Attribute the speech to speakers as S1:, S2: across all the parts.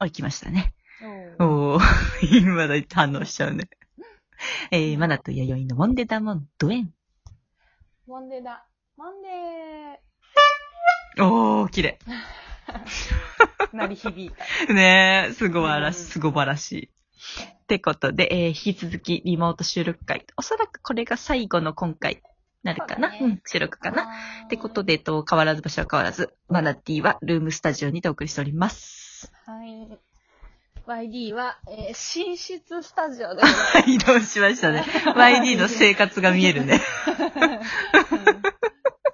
S1: 行きましたね。
S2: おー
S1: おー、 まだ反応しちゃうね。えー、マナと弥生のモンデダモンドエン。
S2: マンデーだ。マンデ
S1: おー、綺麗。
S2: ー。鳴り響いた。
S1: ねえ、すごばらし、
S2: うん
S1: すごばらしい。ってことで、えー、引き続きリモート収録会。おそらくこれが最後の今回なるかな。う
S2: そうだね
S1: ん、収録か な。
S2: な
S1: ってこと。で、えっと、変わらず場所は変わらず、マナティはルームスタジオにてお送りしております。
S2: はい。YD は、えー、寝室スタジオでございま す。
S1: 移動しま したね。YD の生活が見えるね。
S2: うん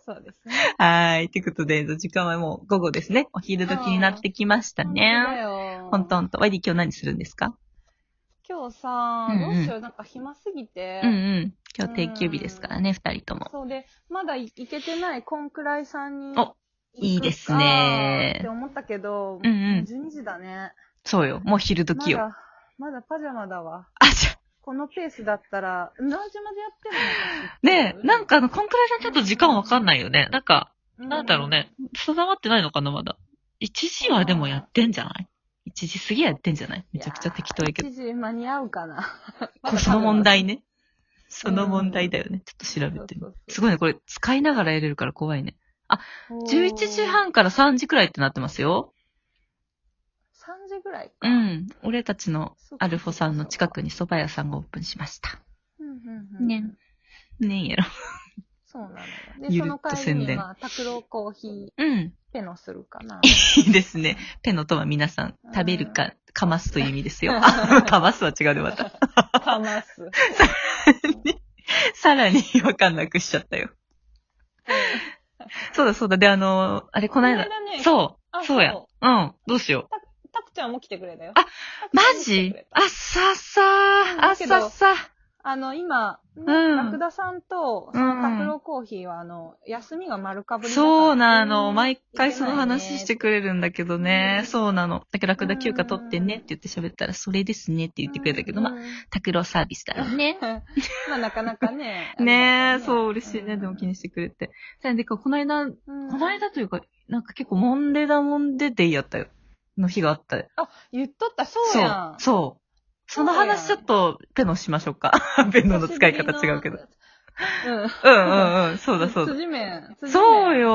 S2: そうですね。
S1: はい。ってことで、えっと時間はもう午後ですね。お昼時になってきましたね。ほんと
S2: 本当だ
S1: ほ
S2: よ
S1: んと。YD 今日何するんですか
S2: 今日さ、
S1: うんうん
S2: どうしよう、なんか暇すぎて。
S1: うんうん。今日定休日ですからね、二人とも。
S2: そうで、まだ行けてない、こんくらいさんに。
S1: おいいですね
S2: って思ったけど、
S1: うんうん
S2: 12時だね。
S1: そうよ。もう昼
S2: ま
S1: 時よ。
S2: だ、まだパジャマだわ。
S1: あ、じゃあ
S2: このペースだったら、何時までやってるの
S1: ねえ、なん
S2: か、
S1: かあの、こんくらいさんちょっと時間わかんないよね。なんか、
S2: う
S1: なんだろう。ね。定まってないのかな、まだ。1時はでもやってんじゃない ?1 時過ぎはやってんじゃないめちゃくちゃ適当やけど。
S2: 1時間に合うかな。
S1: こその問題ね。その問題だよね。ちょっと調べてみ
S2: そう
S1: る
S2: そう。そう
S1: すごいね、これ使いながらやれるから怖いね。
S2: おー。
S1: 11時半から3時くらいってなってますよ。
S2: 3時ぐらいか。
S1: う。ん。俺たちの
S2: そっか
S1: アルフォさんの近くに蕎麦屋さんがオープンしました。
S2: うんうんうん。
S1: ね。ねえやろ。
S2: そうなのよ。で、
S1: ゆ
S2: そ
S1: るっ
S2: の
S1: と
S2: 帰り
S1: 宣
S2: に、
S1: 伝
S2: まあ、拓郎コーヒー、
S1: うん。
S2: ペノするかな。
S1: いい です ね。ペノとは皆さん、食べるか、かますという意味ですよ。あ かますは違うで、また。
S2: かます。
S1: さらにわかんなくしちゃったよ。そうだそうだ。で、あの、あれ、 この間
S2: この間ね。
S1: そ
S2: あ
S1: う。そうや。
S2: そう
S1: うん。どうしよう。
S2: たくちゃんも来てくれたよ。
S1: あマ
S2: たくちゃんも
S1: ジ
S2: 来てくれた
S1: あっさっさ
S2: うん
S1: ー。あっ
S2: だけど
S1: さっさー。
S2: あの、今、ね
S1: うん
S2: ラクダさんと、その拓郎コーヒーは、あの、休みが丸かぶりだから
S1: そうなの。
S2: ん
S1: 毎回その話してくれるんだけどね。
S2: うん
S1: そうなの。だけど、ラクダ休暇取ってねって言って喋ったら、それですねって言ってくれたけど、まあ、拓郎サービスだろうね。。
S2: まあ、なかなか ね
S1: ねえ、そう、嬉しいね。でも気に
S2: し
S1: してくれて。それで、この間、こ
S2: て。こ
S1: の間というか、なんか結構、モンデダモンデデイやったよ。の日があったよ。
S2: あ、言っとった、そうやん。う。
S1: そう。その話ちょっと、ペノしましょう か。ペノの使い方違うけど。
S2: うん。
S1: うんうんうん。そうだそうだ。
S2: 辻面。辻面
S1: そう。よ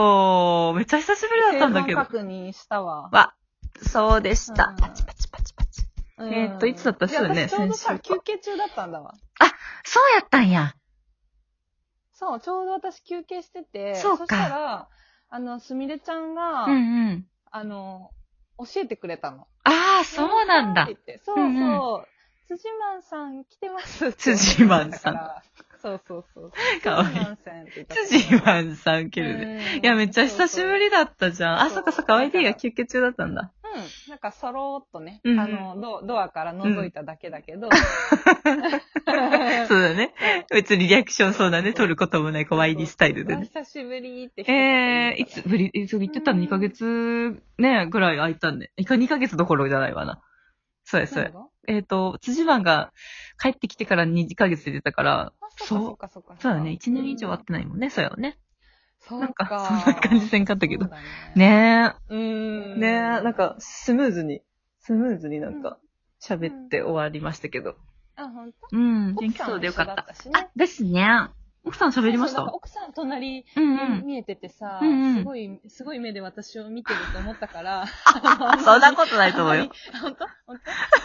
S1: ー。めっちゃ久しぶりだったんだけど
S2: 生存。確認したわ。
S1: わ、そうでした
S2: うん。
S1: パチパチパチパチ。
S2: うん
S1: えーっといつだったっすよね
S2: いや私ちょうどさ、
S1: 先週か
S2: 休憩中だったんだわ。
S1: そうやったんや。
S2: そう、ちょうど私休憩してて、
S1: そうか
S2: したら、あの、すみれちゃんが、
S1: うんうん。
S2: あの、教えてくれたの。
S1: ああ、そうなんだ
S2: って。言ってそう
S1: う
S2: そ
S1: ん
S2: う。辻満さん来てます。
S1: 辻満さん
S2: ん。そうそうそう。
S1: かわいい
S2: 辻満さんって言ったから
S1: 辻マンさん受けるね。
S2: うん
S1: いや、めっちゃ久しぶりだったじゃん。あ、
S2: そ
S1: そうっかそっか、YD が休憩中だったんだ。
S2: そうそううん。なんか、そろーっとね、
S1: うんうん
S2: あのド、ドアから覗いただけだけど。
S1: そうだね。別にリアクションそうだね。取ることもない、こう、YD スタイルで
S2: あ
S1: ね。
S2: 久しぶりって人
S1: ええー、いつぶり、えそう言ってたの
S2: うん
S1: 2ヶ月ね、ぐらい空いたんで。いか2ヶ月どころじゃないわな。そうや、そう
S2: 何
S1: や。
S2: があ
S1: えっ、と、辻マンが帰ってきてから2ヶ月出てたから、
S2: そっかそっかそっか
S1: そうだね。1年以上会ってないもんね、そうやよね。
S2: そう
S1: なんか、そんな感じせんかったけど
S2: そう。だね。
S1: ね
S2: うー
S1: え。
S2: ん。
S1: ねえ、なんか、スムーズに、スムーズになんか、喋って終わりましたけど。
S2: あ、ほんと
S1: うん、
S2: 奥
S1: 元気
S2: さん
S1: そう
S2: も
S1: で
S2: 一
S1: よ
S2: 緒
S1: かっ。
S2: だったたしね
S1: あ、ですね。奥さん喋りまし
S2: そうそうなんか
S1: た
S2: 奥さん隣
S1: うんう
S2: に
S1: ん。
S2: 見えててさ、
S1: うんうん
S2: すごい、すごい目で私を見てると思ったから。
S1: あ、そんなことないと思うよ。。
S2: ほんとほんと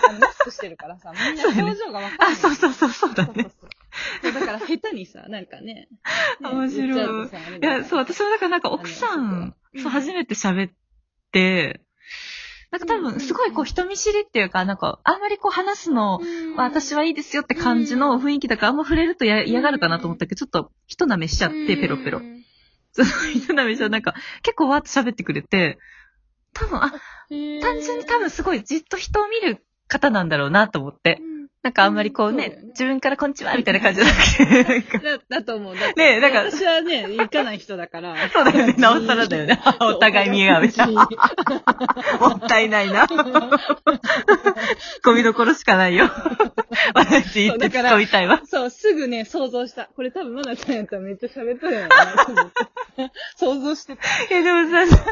S2: あのマスクしてるから さ、みんな表情がわかんない。
S1: あ、そうそうそう、そうだね。
S2: そうそうそうだから下手にさ、なんかね。ね
S1: 面白い
S2: 言っちゃうとさあれ
S1: い
S2: だから
S1: や、そう、私もなんか、なんか奥さん、
S2: うん
S1: そう、初めて喋って、なんか多
S2: うんうんうん
S1: 分、すごいこう、人見知りっていうか、なんか、あんまりこう、話すの、
S2: うん
S1: 私はいいですよって感じの雰囲気だから、あんま触れるとや嫌がるかなと思ったけど、ちょっと、人舐めしちゃって、ペロペロ
S2: う。ん
S1: その人なめちゃんなんか、結構わーっと喋ってくれて、多分、あ、単純に多分すごいじっと人を見る方なんだろうなと思って。なんかあんまりこう
S2: うんそう
S1: ね
S2: だよね、
S1: 自分からこんにちはみたいな感じじゃなくて、なん か、
S2: だだと思う。だって
S1: ねえだから
S2: 私はね、行かない人だから。
S1: そうだよね、なおさらだよね。お互い見合うじゃん。もったいない な。ゴミどころしかない よ。私言って突っ込みたいわ。
S2: そう、すぐね、想像した。これ多分まださんやったらめっちゃ喋っとるやろなと思って。想像してた。
S1: いや、でもさ、さ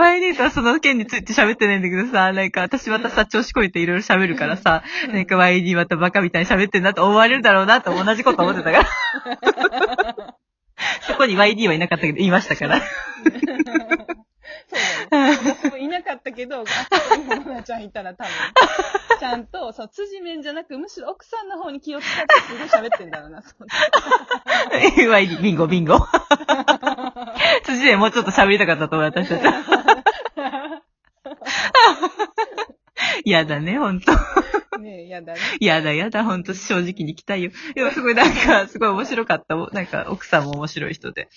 S1: YD とはその件について喋ってないんだけどさ、なんか私またさ、調子こいていろいろ喋るからさ、なんか YD またバカみたいに喋ってんなと思われるだろうなと同じこと思ってたから。そこに YD はいなかったけど、言いましたから。
S2: そうだね。私もいなかった けど、あそこにもなちゃんいたら多分、ちゃんと、そう、辻面じゃなく、むしろ奥さんの方に気を使ってすごい喋ってんだろうな、そう
S1: YD、ビンゴ、ビンゴ。辻でもうちょっと喋りたかったと思う、私たちは。やだね、ほんと。
S2: ねえ、やだね。
S1: やだやだ、ほんと正直に行きたいよ。でもすごいなんか、すごい面白かった。なんか、奥さんも面白い人で。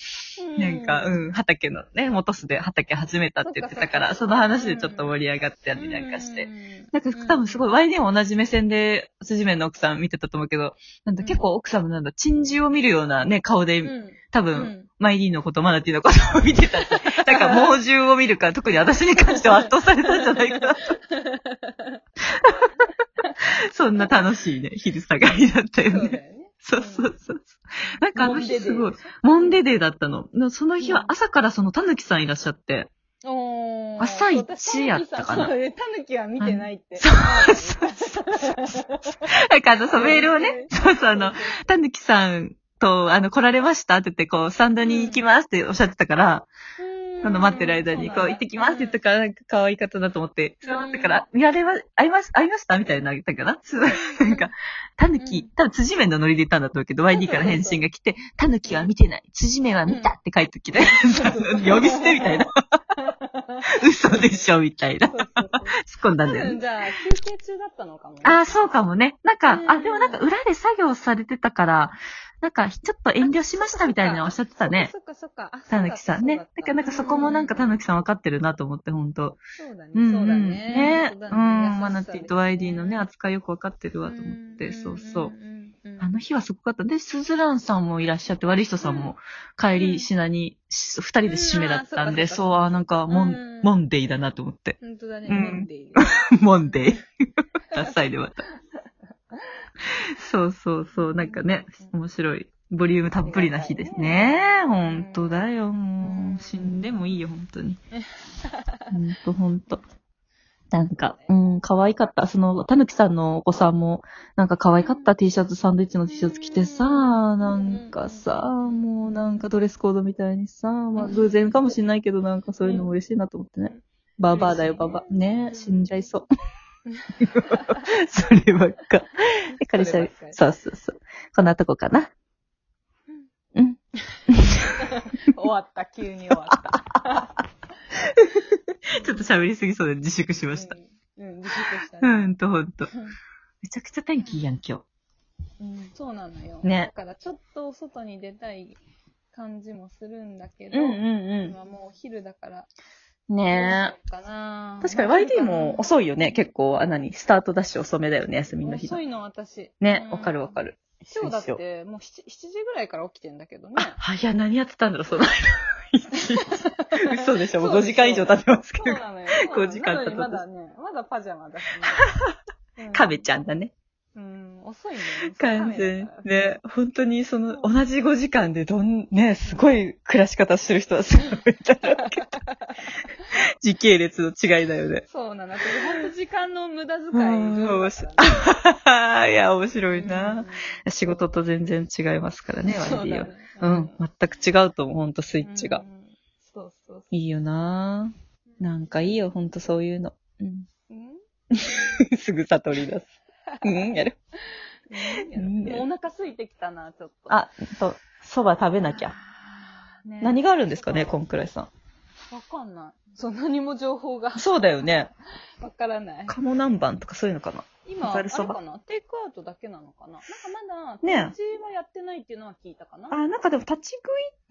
S1: なんか、うん、畑のね、元巣で畑始めたって言ってたから、
S2: そ
S1: そ
S2: っかそっか
S1: の話でちょっと盛り上がったりなんかして
S2: う。
S1: なんか、多分すごい、ワイデンも同じ目線で、辻面の奥さん見てたと思うけど、なんだ、
S2: うん
S1: 結構奥さんもなんだ、珍獣を見るようなね、顔
S2: う
S1: で、
S2: ん。
S1: 多
S2: う
S1: 分、
S2: ん。
S1: マイリーのこと、マナティのことを見てたし、 なんか猛獣を見るから、特に私に関しては圧倒されたんじゃないか なと。そんな楽しいね、昼下がりだったよ
S2: そう
S1: ね。
S2: だよね。
S1: そうそうそう。なんかあの日すごい
S2: モンデ
S1: モンデデ
S2: デーでし、
S1: ーだったの。なその日
S2: うん
S1: は朝からそのたぬきさんいらっしゃって。
S2: おー
S1: 朝一やったかな
S2: そう、タヌキは見てないって。
S1: そうそうなんかあの、そうメールをね、そうそう、あの、たぬきさんと、あの、来られましたって言って、こう、スタンドに行きますっておっしゃってたから、あの、待ってる間に、こう、行ってきますって言った
S2: か
S1: から、なんか可愛かったなと思って、
S2: うん
S1: だから、見られま、会いまし、会いましたみたいなのあげたかなそうなんか、たぬき、多分辻面のノリで言ったんだと思うけど、YD から返信が来て、たぬきは見てない、辻面は見たって書いてきて、 呼び捨てみたいな。嘘でしょみたいな。突っ込んだ
S2: 多
S1: んだよ
S2: 分
S1: ね。
S2: じゃあ、休憩中だったのかもね。
S1: ああ、そうかもね。なんか、
S2: うん
S1: あ、でもなんか裏で作業されてたから、なんか、ちょっと遠慮しましたみたいなのおっしゃってたね。
S2: そっかそっか。あ
S1: たぬきさんね。だからなんかそこもなんかたぬ
S2: き。
S1: きさん分かってるなと思って、ほんと。
S2: そうだね。
S1: うん
S2: そううんだね。
S1: ね。
S2: そう
S1: う
S2: だ
S1: ん。
S2: ね
S1: マナティと YD のね、、扱いよくわかってる
S2: 優
S1: わ
S2: し
S1: と
S2: さね
S1: 思って、そうそう。。あ
S2: あ
S1: の日はすごかった。で、スズランさんもいらっしゃって、悪い人さんも帰り、品に、し二人で締めだったん
S2: う
S1: で、
S2: んあー
S1: そう、あー、なんか、モ
S2: うん
S1: ン、モンデイだなと思って。
S2: 本当だね。
S1: うん
S2: 飲んでいる。
S1: モンデイ。ダサいでまた。そうそうそう、なんかね、面白い。ボリュームたっぷりな日ですね。
S2: うん
S1: ほんとだよ、
S2: う
S1: も
S2: ん
S1: う。死んでもいいよ、ほんとに。ほんとほんと。なんか、うん、可愛かった。その、たぬきさんのお子さんも、なんか可愛かった T シャツ、サンドイッチの T シャツ着てさ、なんかさ、もうなんかドレスコードみたいにさ、まあ偶然かもしんないけど、なんかそういうのも嬉しいなと思ってね。ババアだよ、ババア。ね
S2: うん
S1: え、死んじゃいそう。そればっか。で、 彼氏
S2: それば
S1: は
S2: っか、り
S1: そうそうそう。こんなとこかな。うん。
S2: 終わった、急に終 わった。
S1: ちょっと喋りすぎそうで自粛しました。
S2: うん。うん、自粛した
S1: う
S2: ね。
S1: んと、ほんと。めちゃくちゃ天気いいやん、今
S2: うんそうなのよ。
S1: ね
S2: だからちょっと外に出たい感じもするんだけ
S1: 日。
S2: ど、
S1: ん
S2: 今もうお昼だから、
S1: うん。
S2: ど
S1: ね
S2: うしようかな
S1: え。確かに YD も遅いよね。結構、あ、何スタートダッシュ遅めだよね、休みの日
S2: 遅
S1: の。
S2: いの私。
S1: ね
S2: う、ん
S1: わかるわか。る。
S2: 今日だっ
S1: 一緒一緒
S2: て、もう 7, 7時ぐらいから起きてんだけどね。
S1: あ、いや、何やってたんだろう、その間。 嘘でしょ、もう
S2: そ
S1: 5
S2: うでしょ
S1: 時間以上経ってますけ
S2: そう
S1: ど。
S2: な のよ。
S1: 5時間経った
S2: なのにまだね、まだパジャマだしね、 う
S1: カベちゃんだね。
S2: うん、遅いんだよね。
S1: 完全
S2: カ。メだ
S1: ね、本当にその、同じ5時間でどん、ね、すごい暮らし方してる人はすごいだろうけど。時系列の違いだよね
S2: から。そうなんだ。ほんと時間の無駄遣い上手だからね。
S1: うん面白いいや、面白いな。仕事と全然違いますからね、
S2: そうだ
S1: YD は
S2: ね。
S1: うん、全く違うと思う、ほんとスイッチが。。
S2: うんそうそうそ
S1: いいよななんかいいよ、ほんとそういうの。うん。
S2: う。うん
S1: すぐ悟り出す。うん、やる。
S2: うんもうお腹空いてきたな、ちょっと。
S1: あ、そう、蕎麦食べなきゃ。
S2: ね。
S1: 何があるんですかね、こんくらいさ
S2: わかんない。そう、何も情報が
S1: ん。そうだよね。
S2: わからない。
S1: 鴨南蛮とかそういうのかな。
S2: 今、あ
S1: ざ
S2: れ
S1: るそば
S2: かなテイクアウトだけなのかななんかまだ、
S1: ねえ
S2: うちはやってないっていうのは聞いたかな
S1: あ、なんかでも立ち食い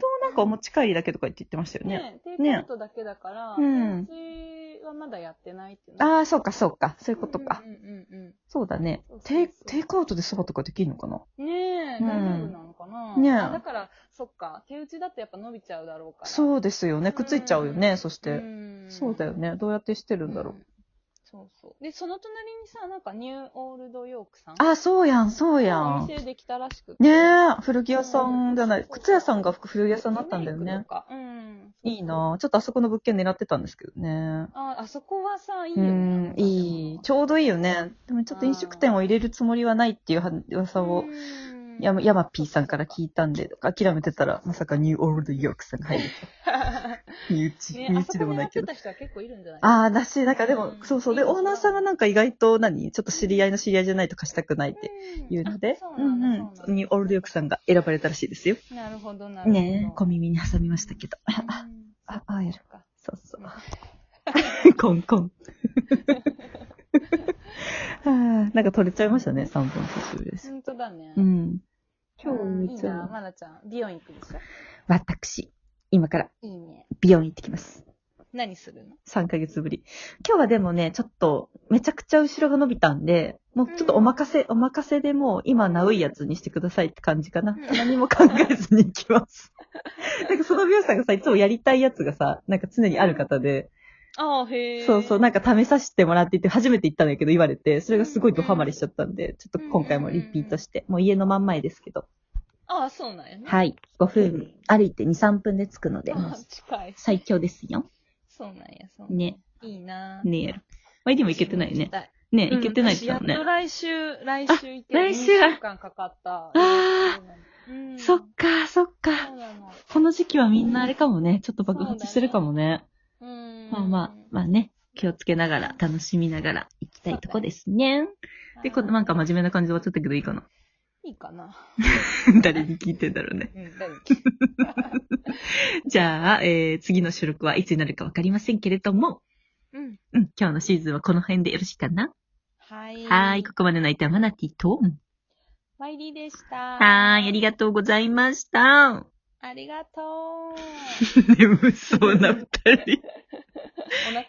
S1: となんかお持ち帰りだけとか言って言ってましたよね。
S2: ねえテイクアウトだけだから、
S1: うん
S2: うちはまだやってないっていうのは。
S1: ああ、そうかそうか。そういうことか。
S2: うんうんうん
S1: そうだね
S2: そう。そうそ
S1: テ
S2: う
S1: イテイクアウトで蕎麦とかできるのかな
S2: うん。ねえ、
S1: うん
S2: 大丈夫なのかな
S1: ねえ
S2: あだから、そっか、手打ちだとやっぱ伸びちゃうだろうから。う
S1: そうですよね。くっついちゃうよね、そし
S2: う
S1: て。
S2: ん。
S1: そうだよね。どうやってしてるんだろう。
S2: ん。そうそう。で、その隣にさ、なんかニューオールドヨークさん。
S1: あ、そうやん、そうや
S2: お
S1: ん。
S2: 店できたらしくて。
S1: ねえ、古着屋さんじゃない、
S2: そうそう
S1: 靴屋さんが古着屋さんになったんだよ
S2: リメイク
S1: ね
S2: と。かうん。
S1: いいなぁちょっとあそこの物件狙ってたんですけどね。
S2: あ、あそこはさ、いいうよね。
S1: ん、いい。ちょうどいいよね。でもちょっと飲食店を入れるつもりはないっていうは噂を、
S2: うん
S1: やま、やまぴーさんから聞いたんで、諦めてたら、まさかニューオールドヨークさんが入る。身内、
S2: ね、
S1: 身
S2: あそ
S1: 内で
S2: こ
S1: も
S2: 狙
S1: ない
S2: っ
S1: け
S2: て
S1: ど。
S2: た人は結構いるんじゃない
S1: ああ、だし、なんかでも、
S2: うん
S1: そうそう。
S2: い
S1: で、
S2: いよ
S1: オーナーさんがなんか意外と何ちょっと知り合いの知り合いじゃないと貸したくないって
S2: うん
S1: 言うので
S2: あ、そう
S1: う
S2: なん
S1: ん
S2: だ
S1: うん
S2: そう。なんだ
S1: ニューオールドヨークさんが選ばれたらしいですよ。
S2: なるほど、なるほど。
S1: ねえ、小耳に挟みましたけど。
S2: うん
S1: あ、あ、あ、やる。
S2: そっか
S1: そうそう。 コンコン。あーなんか取れちゃいましたね、3本久しぶりです。
S2: 本当だね。
S1: うん。
S2: うん
S1: 今
S2: いい
S1: 日、
S2: な、まなちゃん。美容院行くでしょ
S1: 私、今から
S2: いいね。
S1: 美容院行ってきます。
S2: 何するの
S1: 3ヶ月ぶり。今日はでもね、ちょっと、めちゃくちゃ後ろが伸びたんで、もうちょっとお任せ、お任せでもう、今、ナウいやつにしてくださいって感じかな。
S2: うん
S1: 何も考えずに行き ます。なんかその美容師さんがさ、いつもやりたいやつがさ、なんか常にある方で、
S2: ああ、へえ。
S1: そうそう、なん
S2: か、
S1: か試させてもらってって初めて行ったんだけど言われて、それがすごいドハマりしちゃったんで、ちょっと今回もリピートして、もう家の真ん前ですけど。
S2: ああ、そうなんやね。
S1: はい。5分、歩いて2、3分で着くので、もう
S2: ああ、近い。
S1: 最強ですよ。
S2: そうなんや、そうなんや。
S1: ね。
S2: いいな。
S1: ねえやる。まあ、でも行けてないね。。ねえ、行けてないっすよ
S2: うん私
S1: ね
S2: やっと。来週、来週行って、
S1: 来週
S2: 2週間かかった。
S1: あ
S2: うん
S1: そっ
S2: そ
S1: か、そっか。
S2: うなの。
S1: この時期はみんなあれかもね、ちょっと爆発してるかもね。
S2: うん。
S1: まあまあ、まあね。気をつけながら、楽しみながら行きたいとこですね。で、こなんか真面目な感じで終わっちゃったけどいいか な。
S2: いいかな。
S1: 誰に聞いてんだろうね。
S2: うん、大丈
S1: じゃあ、えー、次の収録はいつになるかわかりませんけれども、
S2: 夫。うん。
S1: うん、今日のシーズンはこの辺でよろしいかな。
S2: はい。
S1: はーい、ここまでの相手はマナティと、うん
S2: マイリーでした。
S1: はーい、ありがとうございました。
S2: ありがとう。
S1: 眠そうな二人。
S2: お腹